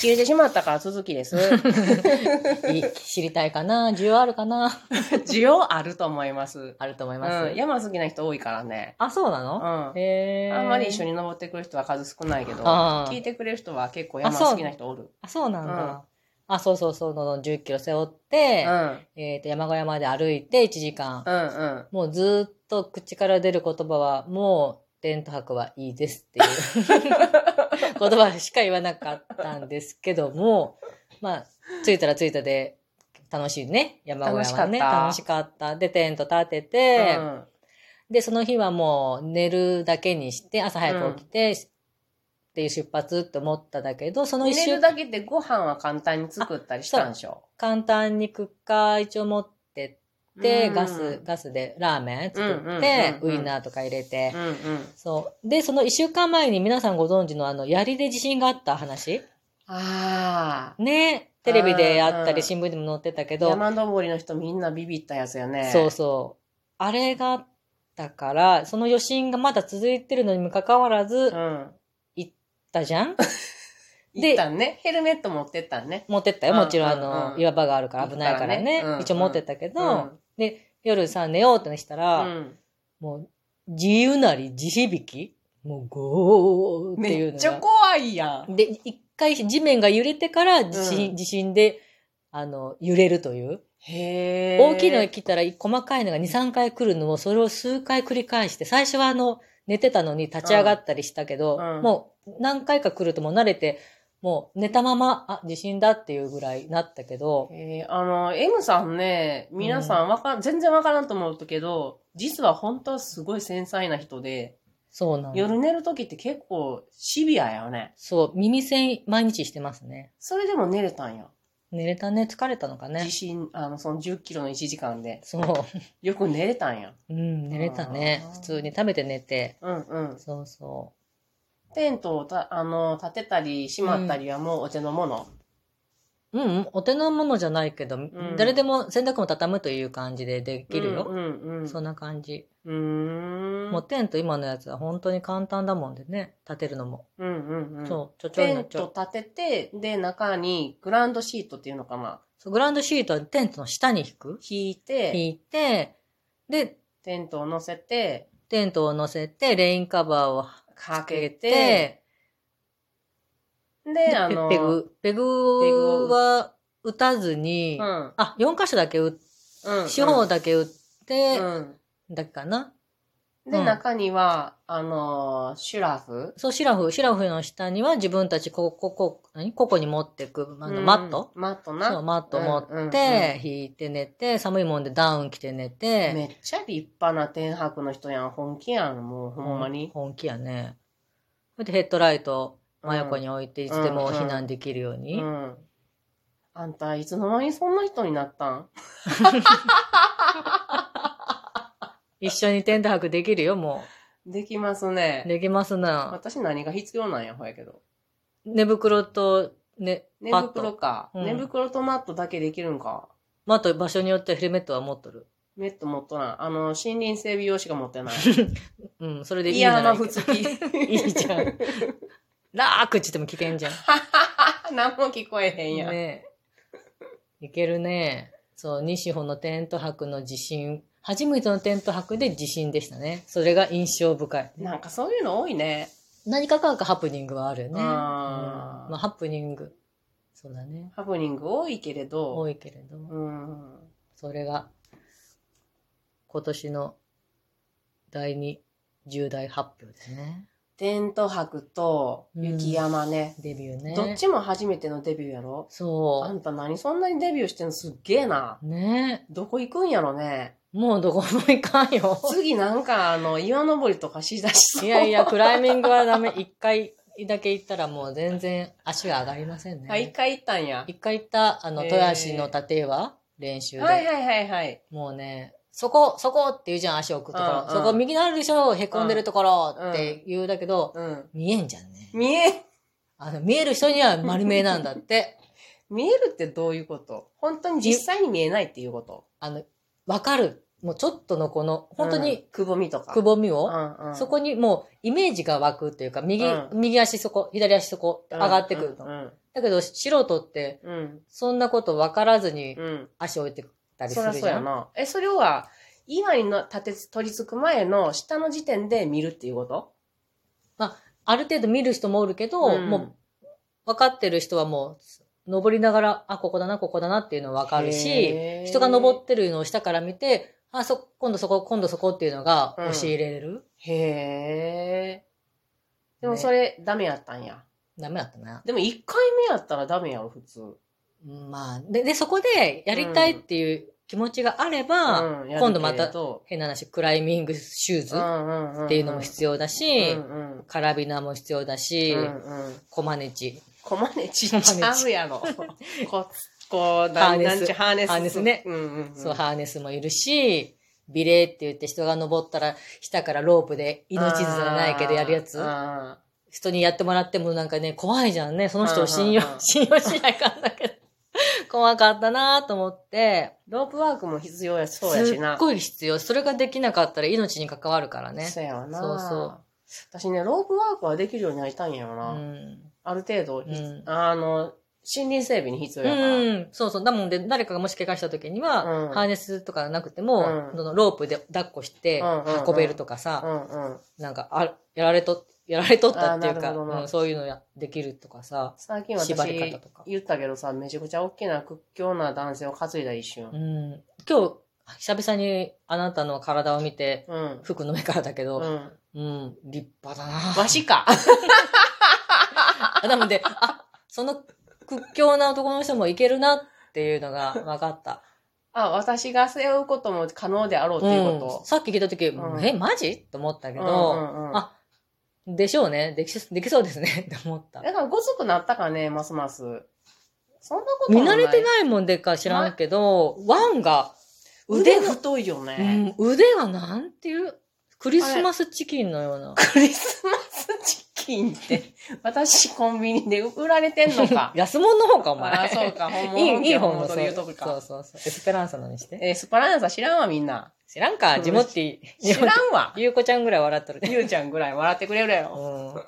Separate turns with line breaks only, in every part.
切れてしまったから続きです。
い知りたいかな需要あるかな
需要あると思います。
あると思います。
うん、山好きな人多いからね。
あ、そうな
うん。
の、
あ
へー
んまり一緒に登ってくる人は数少ないけど、
あー
聞いてくれる人は結構山好きな人おる。
あ、そうなんだ。
うん
あ、そうそう、その10キロ背負っ
う
て、
ん。うん
えっ、と、山小屋まで歩いて1時間。
うん。
もうずーっと口から出る言葉は、もう、テント泊はいいですっていう 言葉しか言わなかったんですけども、まあ、着いたら着いたで、楽しいね。山小屋は
楽しかっ
ね。
た
楽しかった。で、テント立てて、
うん
で、その日はもう寝るだけにして、朝早く起きて、っていう出発って思っただけど、その一
寝
週
るだけでご飯は簡単に作ったりしたんでしょ
簡単にクッカー一応持ってって、
うん
ガス、ガスでラーメン作
うんうんう
っ
ん
て、
うん
ウインナーとか入れて
う、んうん。
そう。で、その一週間前に皆さんご存知のあの、槍で地震があった話
ああ。
ね、テレビであった
うんうん
り、新聞でも載ってたけど、
山登りの人みんなビビったやつよね。
そうそう。あれがあったから、その余震がまだ続いてるのにもかかわらず、行っ
うん。
たじゃんで
行ったんね。ヘルメット持ってったんね。
持ってったよ。もちろん、あ
うんうんう
の、
ん
岩場があるから危ないから
行ったらね
ね
う。ん
一応持ってったけ
う
ど、で、夜さ、寝ようってしたら、
ん。
もう、自由なり、地響きもう、ゴーっていう
め
の
っ
が。
ちゃ怖いやん。
で、一回地面が揺れてから地震、
うん
地震で、あの、揺れるという。
へえ。
大きいのが来たら、細かいのが2、3回来るのを、それを数回繰り返して、最初はあの、寝てたのに立ち上がったりしたけど、
うんうん
もう何回か来るともう慣れて、もう寝たまま、あ、地震だっていうぐらいなったけど、
えー、あの、M さんね、皆さんわかん、全然わからんと思うけど、実は本当はすごい繊細な人で、
そうなんだ。
夜寝る時って結構シビアやよね。
そう、耳栓毎日してますね。
それでも寝れたんや。
寝れたね、疲れたのかね
地。震、あの、その10キロの1時間で、
そう。
よく寝れたんや。
うん、寝れたね
あー。
普通に食べて寝て。
うんうん。
そうそ
テントをた、あの、立てたり、しまったりはもうお手のもの。
う。うんうん、お手の物じゃないけど、誰でも洗濯も畳むという感じでできるよ。
うんうん、うん。
そんな感じ。
うーん。
もうテント今のやつは本当に簡単だもんでね、立てるのも。
うんうんうん。
そう、ちょちょい
テ
の
ン
ちょ
ト立てて、で、中にグランドシートっていうのかな。
そう。グランドシートはテントの下に引く
引いて、
引いて、で、
テントを乗せて、
テントを乗せて、レインカバーを
か
か
け
けて
て、、で、
で
あの、
ペグ、ペグは打たずに、
うん。
あ、4箇所だけ打っ
うん。
四方だけ打って、
うん。
だけかな。
で、
うん
中には、あのー、シュラフ。
そう、シラフ、シラフの下には自分たちこ、こ、こ、何ここに持ってく、あの、
うん
マット、
マット
そう、
な。
マット持って、
うんうんうん
引いて寝て、寒いもんでダウン着て寝て、
めっちゃ立派な天白の人やん。本気やん。もう、ほんまに。
本気やね。それでヘッドライト、真横に置いて、いつでも避難できるよう
う
に。
ん。あんた、いつの間にそんな人になったん
一緒にテント泊できるよ、も
できますね
う。。できますな。
私何が必要なんや、ほやけど。
寝袋と、ね、
寝
パッ
袋
ド。
か。
うん
寝袋とマットだけできるんか。
まあ、あと場所によってはヘルメットは持っとる。
メット持っとらん。あの、森林整備用紙が持って ない。
うん、それでい
イ
いな
ヤー
ら
マ
いいけ
フ
ど
付き。
いいじゃん。楽っちっても危険じゃん。
何も聞こえへんやん。
ねえいけるね。そう、西穂のテント泊の地震。初めてのテント泊で地震でしたね。それが印象深い。
なんかそういうの多いね。
何かかかハプニングはあるよね。うん
あー
まあ、ハプニング。そうだね。
ハプニング多いけれど。
多いけれど。
うん。
それが、今年の第2重大発表ですね。
テント泊と雪山ね。
デビューね。
どっちも初めてのデビューやろあ
そ
んた何そんなにデビューしてんのすっげえな。
う。ね
どこ行くんやろね。
え。もうどこも行か んよ。
次なんかあの、岩登りとかしだしそう。
いやいや、クライミングはダメ。一回だけ行ったらもう全然足が上がりませんね。
あ、一回行ったんや。
一回行った、あの、
へー
豊橋の立岩練習で、
はいはいはいはい。
もうね、そこ、そこって言うじゃん、足置くところ。
うんうん
そこ右にあるでしょ、へこんでるところって言うだけど、
うん。
見えんじゃんね。
見えん
あの、見える人には丸見えなんだって。
見えるってどういうこと本当に実際に見えないっていうこと
あの、わかる。もうちょっとのこの、本当
うん
に、
くぼみとか。
くぼみ
う
を、
んうん、
そこにもうイメージが湧くっていうか、右、
うん
右足そこ、左足そこ、
う
上
ん
がってくると。
うん。
だけど、素人って、
うん。
そんなこと分からずに
うん。
足置いてたりす
そ
る
りゃ
じ
そう
ゃ
や
ん。
な。え、それは、岩にの立てつ取り付く前の下の時点で見るっていうこと
ある程度見る人もおるけど、
ん
もう分かってる人はもう、登りながら、あ、ここだな、ここだなっていうのは分かるし、
へー
人が登ってるのを下から見て、あ、そ、今度そこ、今度そこっていうのが教えれる。
へえ。でもそれ、ダメやったんや。
ダメだったな。
でも1回目やったらダメやろ、普通。
まあ、で、で、そこでやりたいっていう気持ちがあれば、
うん
今度また
やるけれど
変な話、クライミングシューズ
うんうんんん
っていうのも必要だし、
うんうん
カラビナも必要だし、
うんうん
コマネチ。
こまねちっちゃうやろ。こ、こう、な
ハー
ん
ネス
なんちゅうハーネス。
ハーネスね
うんうんん。
そう、ハーネスもいるし、ビレーって言って人が登ったら、下からロープで命綱じゃないけどやるやつ
あ。ーあ
人にやってもらってもなんかね、怖いじゃんね。その人を信用
う んうんう、ん
信用しないかんだけど。怖かったなぁと思って、
ーロープワークも必要やしそうや
す
し
っ
な。
ごい必要。それができなかったら命に関わるからね。
そうやわな。
そうそう
私ね、ロープワークはできるようになりたいんやろ
う
な。
ん。
ある程度、
ん
あの、森林整備に必要やから。
うん、そうそう。だもんで、誰かがもし怪我した時には、
うん
ハーネスとかなくても、
うん
そのロープで抱っこして
うんうんうん
運べるとかさ、
うんうん。
なんかあ、やられと、やられとったっていう
あ
か、
ーなるほどな
うんそういうのやできるとかさ、
最近私
縛り方とか
言ったけどさ、めちゃくちゃ大きな屈強な男性を担いだ一瞬
う。ん、今日、久々にあなたの体を見て、
うん。
服の目からだけ
う
ど、
ん。
うん、立派だな
わしか。
あ だもんで、あ、その屈強な男の人もいけるなっていうのが分 かった。
あ、私が背負うことも可能であろうっていう
う
こ
んさっき聞いた時、
うん
え、マジと思ったけ
と。
ど、
うんうんうん
あ、でしょうね。できし、できそうですね。 って思った。
だからごつくなったかね、ますます。そんなこと
見
も
慣れて
い。
ないもんでか知らんけど、ワンが、
腕
が、
太いよ
う
ね。
ん、腕がなんていう、クリスマスチキンのような。。
クリスマスチキンって、私コンビニで売られてんのか
安物の方か、お前。
あー、そうか、本
い
物。
い、いい方の、
本物
そう
で言うとく
そ
か
う。そうそう。エスペランサのにして。
えースパランサ知らんわ、みんな。
知らんか、ジモッティ。
知らんわ。
ゆうこちゃんぐらい笑 っとるね。
ゆうちゃんぐらい笑ってくれるや
う
ろ。
ん。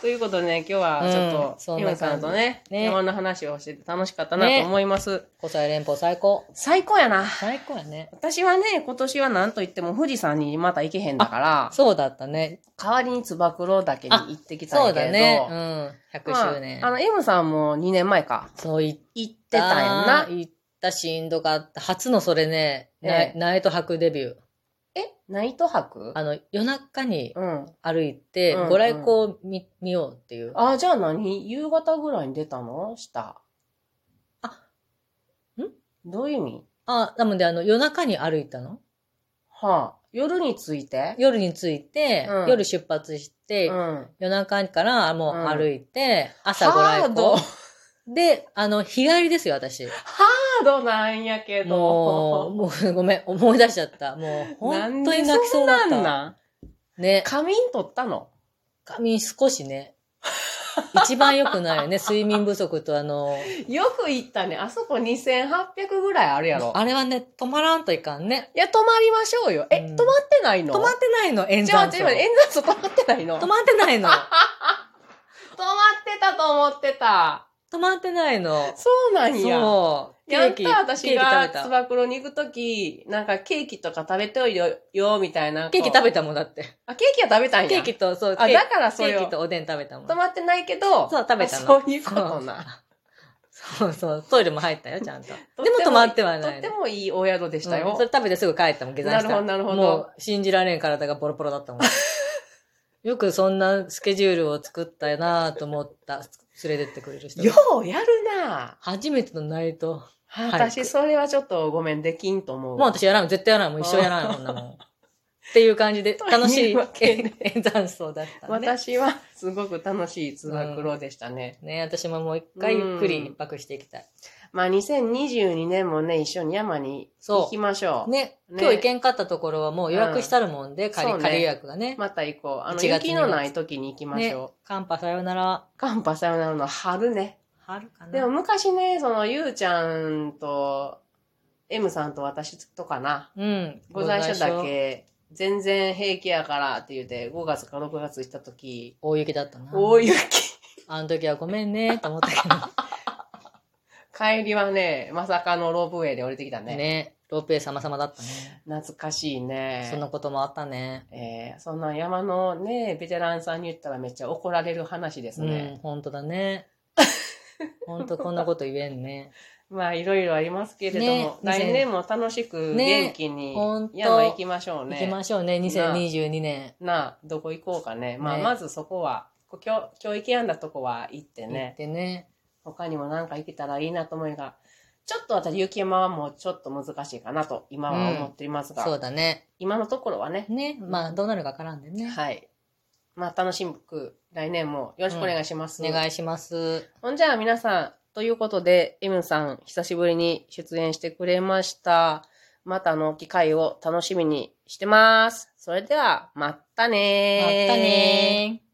ということでね、今日はちょ
うん
っ
そ
と、
ん
ひ
な
む
感じ
さんとね、
ね
山の話をしてて楽しかったなと思います。
国際連邦最高。
最高やな。
最高やね。
私はね、今年は何と言っても富士山にまた行けへんだから、
そうだったね。
代わりにつば九郎岳に行ってきたん
そ
や
う
け
だ
ど、
ね。うん。100周年
まあ、あ。の、M さんも2年前か、
そう言っ
行ってたんやんな。
行ったし、インドがあった。初のそれね、ナイ
ええ
ナイト泊デビュー。
えナイト泊
あの、夜中に
うん。
歩いて、
うんうん
ご来光を見見ようっていう。
あ、じゃあ何夕方ぐらいに出たのした。
あ、ん
どういう意味
あ、なので、あの、夜中に歩いたの
はあ、夜について
夜に着いて、
うん
夜出発して、
うん。
夜中からもう
うん
歩いて、朝ご来
ハード、
光。
ハ
で、あの、日帰りです よ、私。
ードなんやけ
もう、
ど。
もう、ごめん、思い出しちゃった。もう、本当に泣きそう
な
だっ
んでそんなん
た。
なん
ね。
仮眠取ったの
髪少しね。一番良くない よね。睡眠不足とあの、
よく行ったね。あそこ2800ぐらいあるやろ。
あれはね、止まらんといかんね。
いや、泊まりましょうよ。え、
うん
泊まってないの
止まってないの、演
ちょ、
算
待っ
と。
て、
止
今、
まっ
演算素止まってないの止ま
てないの。
ってたと思ってた。
止まってないの。
そうなんや。
そう。ケ
や
ー
っ
キ、
た私
ケー
が
キ食
つ
べた。
ば九郎に行くとき、なんかケーキとか食べておいよ、よみたいな。
ケーキ食べ
た。
たもんだって。
あ、ケーキは食べたんや。
ケーキと、そう、
あ、
ケー
だからそ
ケ
れ
ー
を
キ。とおでん食べたもん
止。まってないけど、
そう食べたの
あそういうことな。
そうそう。トイレも入ったよ、ちゃんと。
と
でも
て
止まってはな
と
い
って
の。
もいいお宿でした
うん
よ
そ。れ食べてすぐ帰ったもん、下山したら。
なるほどなるほど
もう、信じられん体がボロボロ だったもん。よくそんなスケジュールを作ったよなぁと思った。連れてってくれる人が
よ。うやるな
初めてのナイト。
私、それはちょっとごめん、できんと思う
も
わ。
う私やらん、絶対やらん、もう一生やらん、こん なもん。っていう感じで、楽し
とい
いう
わけで
演算奏だったね。
私はすごく楽しいつば九郎でしたね。
ね私ももう一回ゆっくり一泊していきたい。
まあ、2022年もね、一緒に山に
そう
行きましょう。
ね、
ね
今日行けんかったところはもう予約したるもんで、仮、
そうね
仮予約がね。
また行こう。あの、
1月
雪のない時に行きまし
ね
ょう。、
カンパさよなら。
寒波さよならの春ね。
春かな。
でも昔ね、その、ゆうちゃんと、 M さんと私とかな、
うん。
ご在所だ。け、全然平気やからって言うて、5月か6月行った時、
大雪だったな。
大雪。
あの時はごめんね、と思ったけど。
帰りはね、まさかのロープウェイで降りてき たね。
ね。ロープウェイ様々だったね。
懐かしいね。
そんなこともあったね。
えーそんな山のね、ベテランさんに言ったらめっちゃ怒られる話です
うん
ね。、
本当 だね。本当こんなこと言えんね。
まあ、いろいろありますけれども、
ね
来年も楽しく
ね
元気に
ほんと
山行きましょう
行
ね。
きましょうね、2022年。
なあ、どこ行こうかね。まあ、
ね
まずそこは、こ今日、今日行きやんだとこは行って
行っ
ね、
てね。
他にもなんか行けたらいいなと思いが、ちょっと私、雪山はもうちょっと難しいかなと今は思っていますが、
そうだね。
今のところはね、
ね。まあ、どうなるかわからんでね。
はい。まあ、楽しく来年もよろしくお願いします。
お願いします。
ほんじゃあ皆さん、ということで、M さん、久しぶりに出演してくれました。またの機会を楽しみにしてます。それでは、まったね
まったねー。